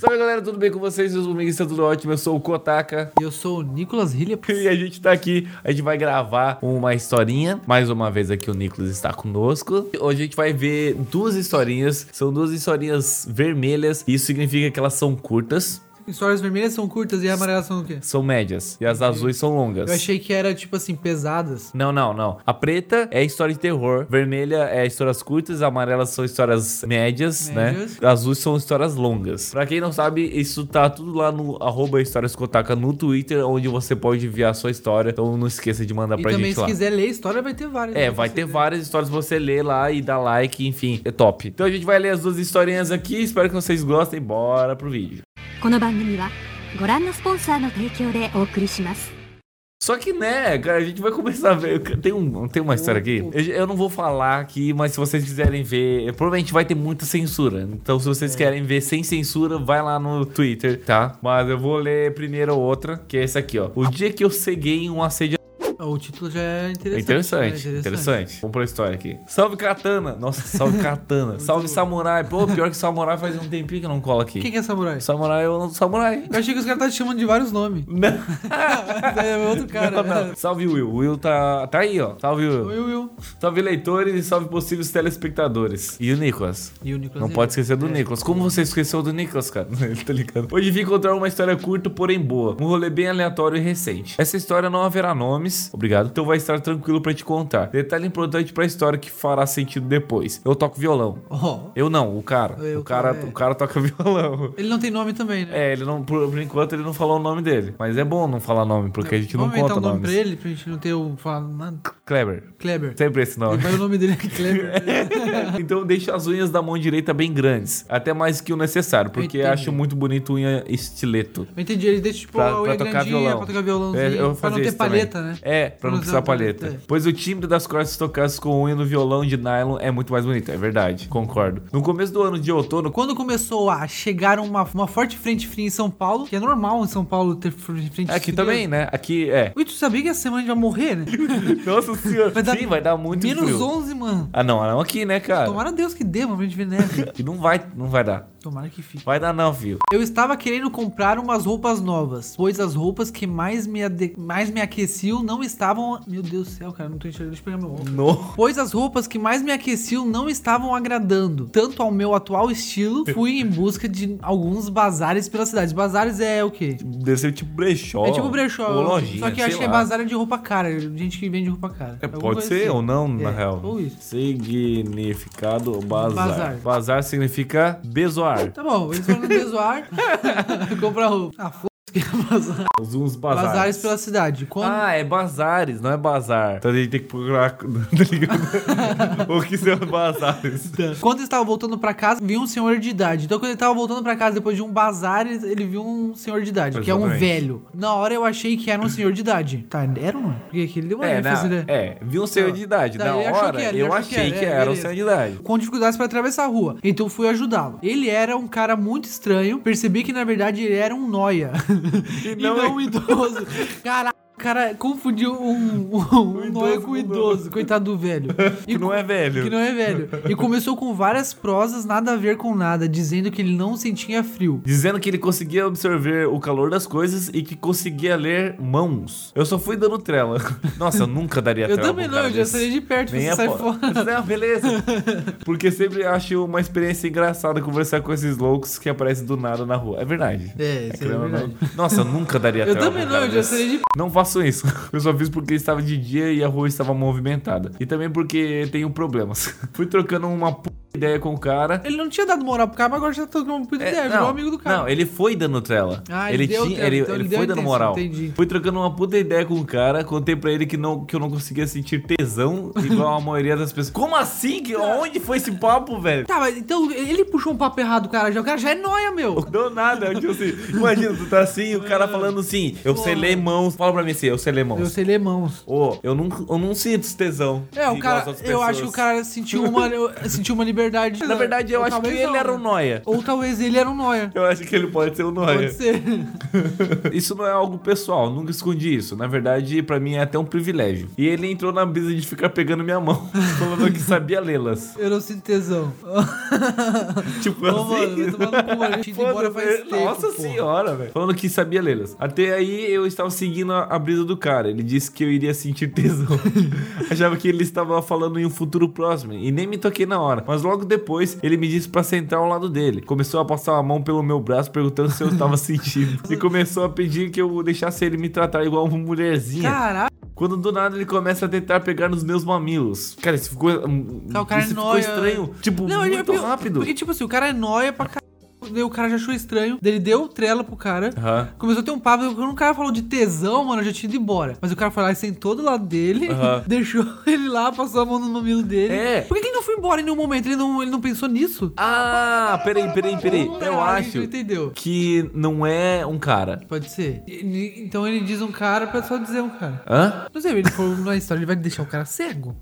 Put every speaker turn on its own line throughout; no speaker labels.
Salve galera, tudo bem com vocês? Eu sou o Miguel, está tudo ótimo. Eu sou o Kotaka
Eu sou o Nicolas Hillier.
e a gente tá aqui. A gente vai gravar uma historinha. Mais uma vez aqui o Nicolas está conosco. Hoje a gente vai ver duas historinhas. São duas historinhas vermelhas. Isso significa que elas são curtas,
Histórias vermelhas são curtas e amarelas são o quê?
são médias e as azuis são longas.
Eu achei que era, tipo assim, pesadas.
Não, não, não. A preta é história de terror, vermelha é histórias curtas, amarelas são histórias médias,
Médias.
né? Azuis são histórias longas. Pra quem não sabe, isso tá tudo lá no arroba histórias Kotaka no Twitter, onde você pode enviar a sua história. Então não esqueça de mandar
E
pra
também,
gente
se
lá.
quiser ler história, vai ter várias.
É,
né,
vai
pra
ter
você
várias histórias pra você ler lá e dar like, enfim, é top. Então a gente vai ler as duas historinhas aqui, espero que vocês gostem. Bora pro vídeo.
この番組はご覧のスポンサーの提供でお送りします。
Só que, né, cara, a gente vai começar a ver. Tem, um, tem uma história aqui. Eu, eu não vou falar aqui, mas se vocês quiserem ver, provavelmente vai ter muita censura. Então, se vocês querem ver sem censura, vai lá no Twitter, tá? Mas eu vou ler primeiro outra, que é essa aqui, ó. O dia que eu ceguei em um assédio.
O título já é
É
interessante.
interessante,
né?
interessante, Vamos pra história aqui. Salve Katana! Nossa, salve Katana! salve Samurai! Pô, pior que Samurai faz um tempinho que não cola aqui.
Quem que é samurai?
Samurai é o Samurai.
Eu achei que os caras estavam te chamando de vários nomes.
Não.
é outro cara.
Não, não. Salve Will. Will tá, tá aí, ó. Salve Will.
Oi, Will.
Salve leitores e salve possíveis telespectadores. E o Nicolas?
E o Nicolas É.
Não
Hillier.
pode esquecer do Nicolas. Como você esqueceu do Nicolas, cara? Ele tá ligado. Hoje vim contar uma história curta, porém boa. Um rolê bem aleatório e recente. Essa história não haverá nomes. Obrigado. Então vai estar tranquilo pra te contar. Detalhe importante pra história que fará sentido depois. Eu toco violão.
Ó.
Eu não, o cara.
Eu,
o cara,
é.
o cara toca violão.
Ele não tem nome também, né?
É, ele não, por, por enquanto ele não falou o nome dele. Mas é bom não falar nome, porque a gente não
Vamos inventar
conta
um nome
nomes.
pra ele, pra gente não ter o... falar nada.
Kleber.
Kleber.
Sempre esse nome.
Vai o nome dele é Kleber.
então deixa as unhas da mão direita bem grandes, até mais que o necessário, porque
Entendi.
acho muito bonito unha estileto.
Eu entendi, ele deixa, tipo,
Pra,
a
pra
unha
tocar
grandinha,
violão.
pra tocar violãozinho,
É, eu
pra não
fazia
ter
isso também.
palheta, né?
É, pra não
Pra
precisar
usar
palheta.
palheta, é.
Pois o timbre das cordas tocadas com unha no violão de nylon é muito mais bonito, é verdade, concordo. No começo do ano de outono,
Quando começou a chegar uma, uma forte frente fria em São Paulo, que é normal em São Paulo ter frente fria.
aqui também, né? Aqui é.
Ui, tu sabia que essa semana a gente vai morrer, né?
Nossa senhora,
Vai dar
sim, vai dar muito
Menos
frio.
11, mano.
Ah, não, não aqui, né, cara?
Tomara a Deus que dê, mano, pra gente ver neve.
Que Não vai, não vai dar.
né? Tomara que fique.
Vai dar não, filho.
Eu estava querendo comprar umas roupas novas, pois as roupas que mais me, ade- mais me aqueciam não estavam. Meu Deus do céu, cara, não tô enxergando. Deixa eu pegar meu óculos.
No.
Pois as roupas que mais me aqueciam não estavam agradando. Tanto ao meu atual estilo, fui em busca de alguns bazares pela cidade. Bazares é o quê?
Deve ser tipo brechó.
É tipo brechó.
Ou lojinha,
só que
sei
acho que é
lá.
bazar de roupa cara. Gente que vende roupa cara.
É,
Alguma
pode
coisa
ser
assim.
ou não, na
É,
real.
ou isso.
Significado bazar. bazar.
Bazar.
significa bezoar.
Tá bom, eles foram no Bezoar comprar roupa. Ah, foda-se que é bazar.
Os uns bazares.
Bazares pela cidade. Quando...
Ah, é bazares, não é bazar. Então a gente tem que procurar. Tá ligado? o que são bazares?
Quando eu estava voltando pra casa, vi um senhor de idade. Então, quando ele estava voltando pra casa depois de um bazar, ele viu um senhor de idade, que é um
Exatamente.
velho. Na hora eu achei que era um senhor de idade. Tá, era um? Porque aqui ele deu uma
É,
ênfase,
na,
né?
é, vi um senhor de idade.
Tá,
na
ele achou
hora,
que era, ele
eu
achou
achei que era,
que era, é,
um
beleza.
senhor de idade.
com dificuldades para atravessar a rua. Então fui ajudá-lo. Ele era um cara muito estranho. Percebi que na verdade ele era um noia e
não
não, um idoso. Caralho. O cara confundiu um, um, um
idoso
noia
com
com
um
um idoso, coitado do velho. E
Que não é velho.
que não é velho. E começou com várias prosas, nada a ver com nada, dizendo que ele não sentia frio.
Dizendo que ele conseguia absorver o calor das coisas e que conseguia ler mãos. Eu só fui dando trela. Nossa, eu nunca daria
Eu
trela. pra um
também não,
cara
eu já
desse.
saí de perto,
Nem
Tipo,
é
você
a
sai
pau.
fora.
Não, beleza. Porque sempre acho uma experiência engraçada conversar com esses loucos que aparecem do nada na rua. É verdade.
É, isso é
querendo ou não-
verdade.
Nossa, eu nunca daria
Eu
trela
também
pra um
não, eu
cara
já
desse.
saí de
Não faço isso. Eu só fiz porque estava de dia e a rua estava movimentada. E também porque tenho problemas. Fui trocando uma p... ideia com o cara.
Ele não tinha dado moral pro cara, mas agora já tá com puta
É,
ideia, virou amigo do cara.
Não, ele foi dando trela.
Ah,
ele
ele deu
tinha-
trela,
ele,
então
ele
ele deu
foi
a
dando
intenção,
moral.
entendi.
Fui trocando uma puta ideia com o cara, contei pra ele que, não, que eu não conseguia sentir tesão, igual a maioria das pessoas. Como assim? Que, onde foi esse papo, velho?
Tá, mas então ele puxou um papo errado, cara. já- O cara já é noia, meu.
Do nada, tipo assim, imagina, tu tá assim, o cara falando assim, eu sei ler mãos, fala pra mim assim, eu sei ler
É. Eu
mãos.
sei ler mãos.
Ô, eu não, eu não sinto esse tesão.
É,
igual
o
as
cara,
outras
eu acho que
pessoas.
o cara sentiu uma, sentiu uma liberdade.
Na verdade, eu
Ou
acho que
talvez
ele
não,
era um
né?
noia.
Ou talvez ele era um noia.
Eu acho que ele pode ser um noia.
Pode ser.
Isso não é algo pessoal, nunca escondi isso. Na verdade, pra mim é até um privilégio. E ele entrou na brisa de ficar pegando minha mão, falando que sabia lê-las.
Eu não sinto tesão.
Tipo assim.
Ô, mano, vai tomar no cu, mano. Eu tinha ido embora
Foda-se,
faz tempo,
Nossa
porra.
senhora, velho. Falando que sabia lê-las. Até aí eu estava seguindo a, a brisa do cara. Ele disse que eu iria sentir tesão. Achava que ele estava falando em um futuro próximo. E nem me toquei na hora. Mas logo depois ele me disse pra sentar ao lado dele. Começou a passar a mão pelo meu braço, perguntando se eu estava sentindo. E começou a pedir que eu deixasse ele me tratar igual uma mulherzinha.
Caralho,
Quando do nada ele começa a tentar pegar nos meus mamilos. Cara, isso ficou. hum,
Tá, o cara
isso
é
ficou
nóia.
estranho. Tipo,
não, ele é
muito
pior-
rápido.
Porque, tipo assim, o cara é noia pra caralho. Daí o cara já achou estranho. Daí ele deu trela pro cara.
Aham.
Começou a ter um papo. Quando o cara falou de tesão, mano, eu já tinha ido embora. Mas o cara foi lá e sentou do lado dele,
Aham.
deixou ele lá, passou a mão no mamilo dele.
É.
Por que que ele não foi embora em nenhum momento? Ele não, ele não pensou nisso?
Ah, peraí, peraí, peraí. Eu
Caralho,
acho
tu Entendeu?
que não é um cara.
Pode ser. Ele- Então ele diz um cara pra só dizer um cara.
Hã?
Não sei, ele for na história, ele vai deixar o cara cego.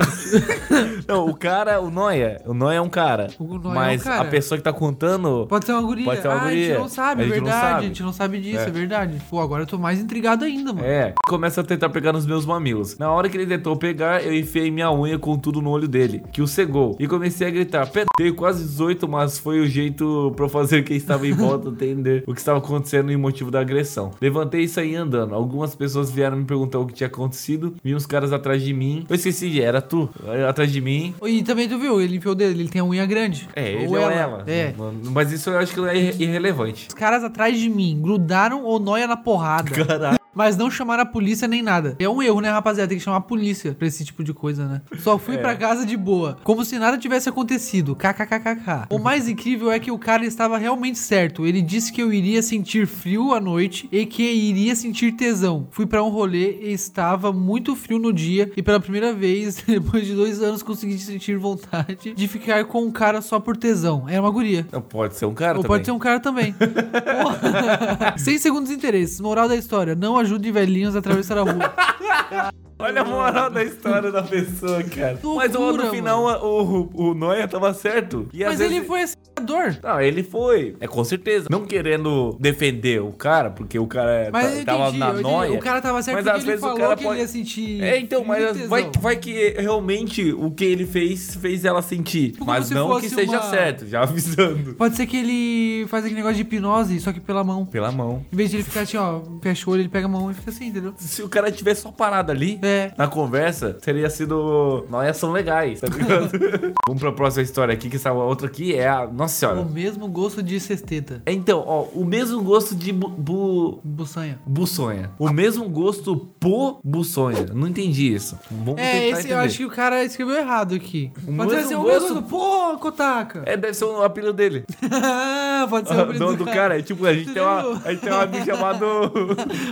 Não, o cara, o Noia. O Noia é um cara.
O Noia é um
mas
cara.
a pessoa que tá contando.
Pode ser uma guria.
Pode ser uma
ah, a
guria.
gente não sabe,
A gente não
verdade.
sabe.
A gente não sabe disso,
É.
é. verdade. Pô, agora eu tô mais intrigado ainda, mano.
É, começa a tentar pegar nos meus mamilos. Na hora que ele tentou pegar, eu enfiei minha unha com tudo no olho dele, que o cegou. E comecei a gritar, "Pé, Tenho quase 18, mas foi o jeito pra eu fazer quem estava em volta entender o que estava acontecendo e o motivo da agressão. Levantei e saí andando. Algumas pessoas vieram me perguntar o que tinha acontecido. Vi uns caras atrás de mim. Eu esqueci, era tu. É, Atrás de mim.
E também tu viu, ele limpiou o dedo, ele tem a unha grande.
É, ele
Ou
ou ela.
É.
Mas isso eu acho que é irre- irrelevante.
Os caras atrás de mim grudaram ou noia na porrada.
Caralho.
Mas não chamaram a polícia nem nada. É um erro, né, rapaziada? Tem que chamar a polícia pra esse tipo de coisa, né? Só fui
É.
pra casa de boa. Como se nada tivesse acontecido. KKKKK. O mais incrível é que o cara estava realmente certo. Ele disse que eu iria sentir frio à noite e que iria sentir tesão. Fui pra um rolê e estava muito frio no dia. E pela primeira vez, depois de dois anos, consegui sentir vontade de ficar com um cara só por tesão. Era uma guria.
Não, Pode ser um cara
Ou
também.
pode ser um cara também. Porra. Sem segundos interesses. Moral da história: não ajude velhinhos a atravessar a rua.
Olha a moral da história da pessoa, cara.
Loucura,
Mas ó, no final a- o, o, Noia tava certo. E às
Mas
vezes... Tá,
ele foi assador.
Não, ele foi. É com certeza. Não querendo defender o cara, porque o cara
Mas
ta-
eu
tá tava
entendi,
na
eu entendi.
noia.
O cara tá tava certo
Mas às
porque ele
vezes o
falou
cara
que
pode-
ele ia sentir.
É, então, mas
tesão.
vai, vai que realmente o que ele fez fez ela sentir.
Tipo, como
mas
se
não que
fosse
seja
uma-
certo, já avisando.
Pode ser que ele faz aquele negócio de hipnose, só que pela mão.
Pela mão.
Em vez de ele ficar assim, ó, fecha o olho, ele pega a mão e fica assim, entendeu?
Se o cara tivesse só parado ali,
É.
na conversa, teria sido. Nós são legais, tá ligado? Vamos pra próxima história aqui, que essa outra aqui é a. Nossa
O
senhora.
mesmo gosto de cesteta.
Então, ó, o mesmo gosto de bu, bu-
Buçanha.
buçonha. O mesmo gosto por buçonha. Não entendi isso. Vamos
É,
tentar
esse eu
entender.
acho que o cara escreveu errado aqui.
O
Pode ser
mesmo
assim, o mesmo
gosto-
do. Pô, Kotaka!
É, deve ser o apelido dele.
Ah, pode ser o
O
apelido
nome do cara é tipo, a gente tem, uma, a gente tem um amigo chamado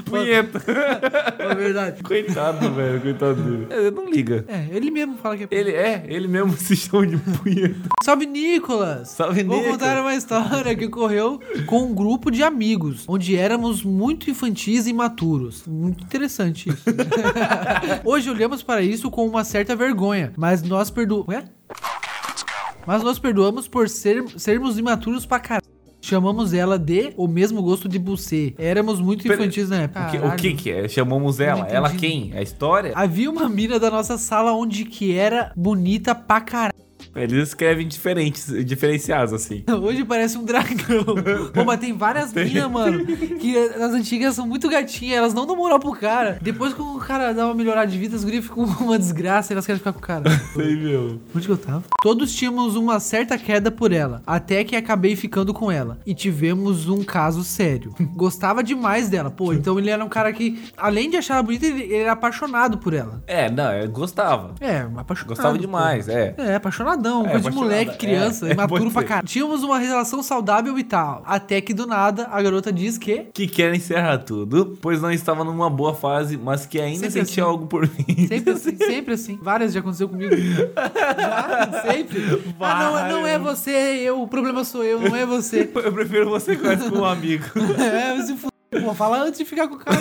Punheta.
É verdade.
coitado, velho, coitado dele. É, não liga.
É, ele mesmo fala que é.
Ele é, ele mesmo se chama de punheta.
Salve, Nicolas!
Salve,
Vou
Nicolas.
contar uma história que ocorreu com um grupo de amigos, onde éramos muito infantis e imaturos. Muito interessante isso. Hoje olhamos para isso com uma certa vergonha, mas nós perdoamos. Ué? Mas nós perdoamos por ser- sermos imaturos pra caralho. Chamamos ela de o mesmo gosto de bucê. Éramos muito
Pera-
infantis na época.
O que, o
Caralho.
que que é? Chamamos ela.
entendi.
Ela quem? A história?
Havia uma mina da nossa sala onde que era bonita pra caralho.
Eles escrevem diferentes, diferenciados, assim.
Hoje parece um dragão. Pô, mas tem várias minas, mano, que as antigas são muito gatinhas, elas não dão moral pro cara. Depois que o cara dá uma melhorada de vida, as gurias ficam uma desgraça e elas querem ficar com o cara.
Sei, meu.
Onde que eu tava? Todos tínhamos uma certa queda por ela, até que acabei ficando com ela. E tivemos um caso sério. Gostava demais dela, pô. Então ele era um cara que, além de achar ela bonita, ele ele era apaixonado por ela.
É, não, eu gostava.
É, apaixonado.
Gostava
pô.
demais, é.
É,
É,
apaixonadão, coisa de
apaixonada,
moleque, criança,
é, é,
imaturo
pode
pra
ser.
caralho. Tínhamos uma relação saudável e tal. Até que do nada a garota diz que.
Que quer encerrar tudo, pois não estava numa boa fase, mas que ainda
Sempre
sentia
assim.
algo por mim.
Sempre assim, sempre assim. Várias já aconteceu comigo. Já, sempre. Ah, não, não é você, eu, o problema sou eu, não é você.
Eu prefiro você quase como um amigo.
É, se f... Pô, fala antes de ficar com o cara.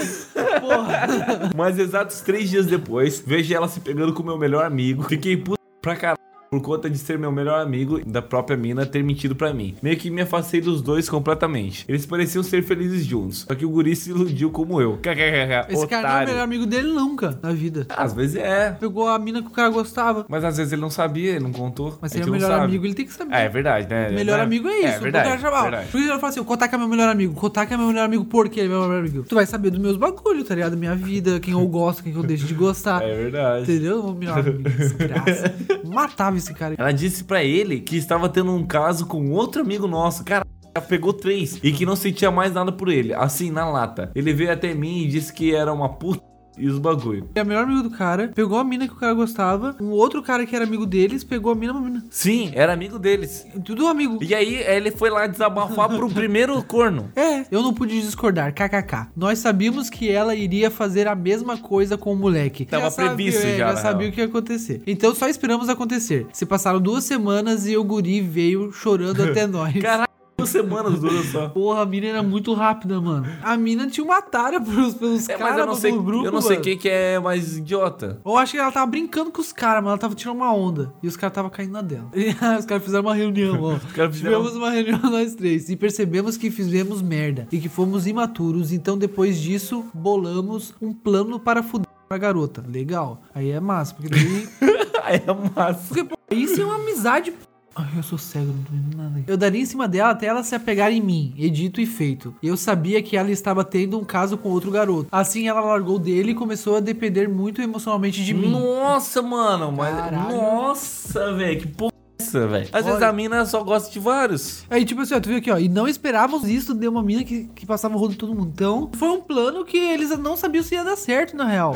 Porra.
mas exatos três dias depois, vejo ela se pegando com meu melhor amigo. Fiquei puto pra caralho. por conta de ser meu melhor amigo e da própria mina ter mentido pra mim. Meio que me afastei dos dois completamente. Eles pareciam ser felizes juntos, só que o guri se iludiu como eu. KKKK,
Esse
otário.
cara não é o melhor amigo dele nunca na vida.
Às vezes é,
Pegou a mina que o cara gostava.
mas às vezes ele não sabia, ele não contou.
Mas
a
se ele é o
gente não
melhor
sabe.
amigo, ele tem que saber.
É, é verdade, né?
Melhor amigo é isso.
É verdade,
o cara chamava.
verdade.
Por isso ela fala assim: o Kotaka é meu melhor amigo. O Kotaka é meu melhor amigo porque ele é meu melhor amigo. Tu vai saber dos meus bagulhos, tá ligado? Minha vida, quem eu gosto, quem eu deixo de gostar.
É verdade.
Entendeu? O melhor amigo, desgraça. Matava esse cara.
Ela disse pra ele que estava tendo um caso com outro amigo nosso. Cara, ela pegou três e que não sentia mais nada por ele. Assim, na lata. Ele veio até mim e disse que era uma puta e os bagulho.
Ele é o melhor amigo do cara, pegou a mina que o cara gostava, um outro cara que era amigo deles, pegou a mina, uma mina.
Sim, era amigo deles.
Tudo amigo.
E aí ele foi lá desabafar pro primeiro corno.
É, eu não pude discordar, kkk. Nós sabíamos que ela iria fazer a mesma coisa com o moleque.
Tava previsto já,
Já
na
sabia
real.
o que ia acontecer. Então só esperamos acontecer. Se passaram duas semanas e o guri veio chorando até nós.
Caralho, duas semanas duas só.
Porra, a mina era muito rápida, mano. A mina tinha uma tara pelos, pelos
É, mas eu
caras
não
do
sei,
grupo,
eu não sei
mano.
quem que é mais idiota.
Eu acho que ela tava brincando com os caras, mas ela tava tirando uma onda. E os caras tava caindo na dela. E os caras fizeram uma reunião, ó.
caras fizeram-
Tivemos uma reunião nós três. E percebemos que fizemos merda. E que fomos imaturos. Então, depois disso, bolamos um plano para fuder a garota. Legal. Aí é massa, porque daí.
é massa.
porque, pô, isso é uma amizade. Ai, eu sou cego, não tô vendo nada. Eu daria em cima dela até ela se apegar em mim, e dito e feito. Eu sabia que ela estava tendo um caso com outro garoto. Assim, ela largou dele e começou a depender muito emocionalmente
Hum.
de mim.
Nossa, mano, mas.
Caralho.
Nossa, velho, que porra é essa, velho? Às vezes
Olha.
a mina só gosta de vários.
Aí, tipo assim, ó, tu viu aqui, ó, e não esperávamos isso de uma mina que, que passava o rolo em todo mundo. Então, foi um plano que eles não sabiam se ia dar certo, na real.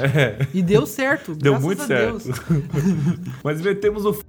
E deu certo.
É. Deu
graças
muito
a
certo.
Deus.
Mas metemos o f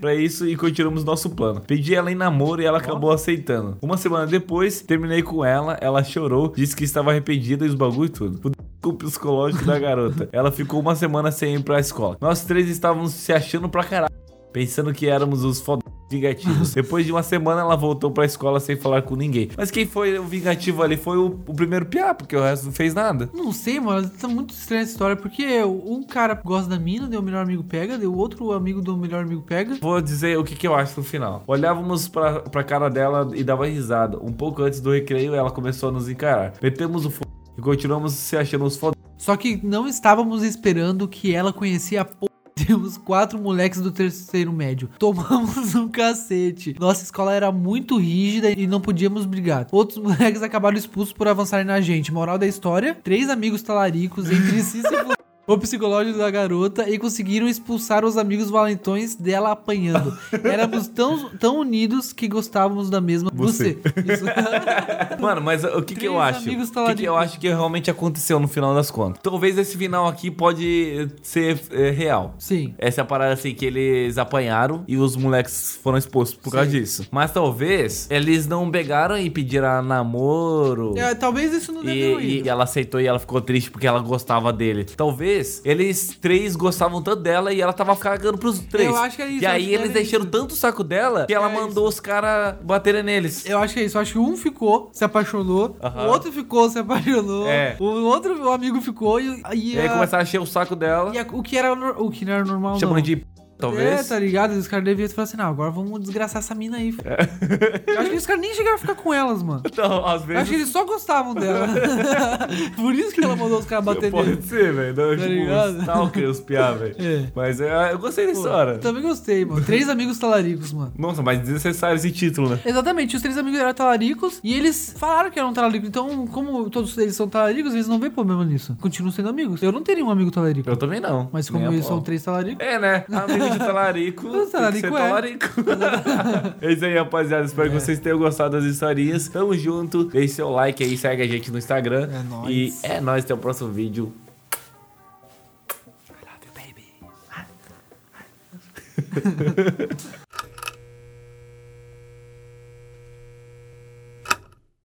pra isso e continuamos nosso plano. Pedi ela em namoro e ela acabou aceitando. Uma semana depois, terminei com ela, ela chorou, disse que estava arrependida e os bagulho e tudo. Fudeu Com o psicológico da garota. Ela ficou uma semana sem ir pra escola. Nós três estávamos se achando pra caralho, pensando que éramos os foda vingativos. Depois de uma semana, ela voltou pra escola sem falar com ninguém. Mas quem foi o vingativo ali foi o, o primeiro piá, porque o resto não fez nada.
Não sei, mano, tá muito estranha essa história, porque um cara gosta da mina, deu o melhor amigo pega, deu outro amigo do melhor amigo pega.
Vou dizer o que, que eu acho no final. Olhávamos pra, pra cara dela e dava risada. Um pouco antes do recreio, ela começou a nos encarar. Metemos o f e continuamos se achando os foda.
Só que não estávamos esperando que ela conhecia a p... Temos quatro moleques do terceiro médio. Tomamos um cacete. Nossa escola era muito rígida e não podíamos brigar. Outros moleques acabaram expulsos por avançarem na gente. Moral da história: três amigos talaricos entre si se fu- O psicológico da garota e conseguiram expulsar os amigos valentões dela apanhando. Éramos tão, tão unidos que gostávamos da mesma. Você. Isso.
Mano, mas o que, que eu
Três
acho?
amigos
O que, que eu
talaricos.
acho que realmente aconteceu no final das contas? Talvez esse final aqui pode ser é, real.
Sim.
Essa é a parada assim que eles apanharam e os moleques foram expostos por causa disso. Mas talvez eles não pegaram e pediram namoro.
É, talvez isso não deve ter
E, e ela aceitou e ela ficou triste porque ela gostava dele. Talvez eles três gostavam tanto dela e ela tava cagando pros três.
Eu acho que é isso,
E
eu
aí
acho que
eles
era
deixaram
isso.
tanto o saco dela que ela
É
mandou os caras baterem neles.
Eu acho que é isso. Eu acho que um ficou, se apaixonou.
Aham.
O outro ficou, se apaixonou.
É.
O outro amigo ficou e, e,
E aí
a-
começaram a encher o saco dela,
e a- o que era nor- o que não era normal
chamando
não.
de p,
É,
talvez.
tá ligado? E Os caras deviam falar assim, não, agora vamos desgraçar essa mina aí. filho."
É.
Eu acho que os caras nem chegaram a ficar com elas, mano.
Então, às
Eu acho que
vezes.
eles só gostavam dela. Por isso que ela mandou os caras bater nele. Tá
Pode ser, velho. Não, tipo,
ligado?
os stalker, os piá, velho.
É.
Mas eu, eu gostei é da história.
Também gostei, mano. Três amigos talaricos, mano.
Nossa, mas desnecessário esse título, né?
Exatamente, os três amigos eram talaricos e eles falaram que eram talaricos. Então, como todos eles são talaricos, eles não vêem problema nisso. Continuam sendo amigos. Eu não teria um amigo talarico.
Eu também não.
Mas como
Nem a
eles
pau.
são três talaricos.
É, né? Amigo de talarico. tem que ser
talarico é.
talarico. é isso aí, rapaziada. Espero que vocês tenham gostado das historinhas. Tamo junto. Deixe seu like aí, segue a gente no Instagram.
É nóis.
E é nóis. Até o próximo vídeo.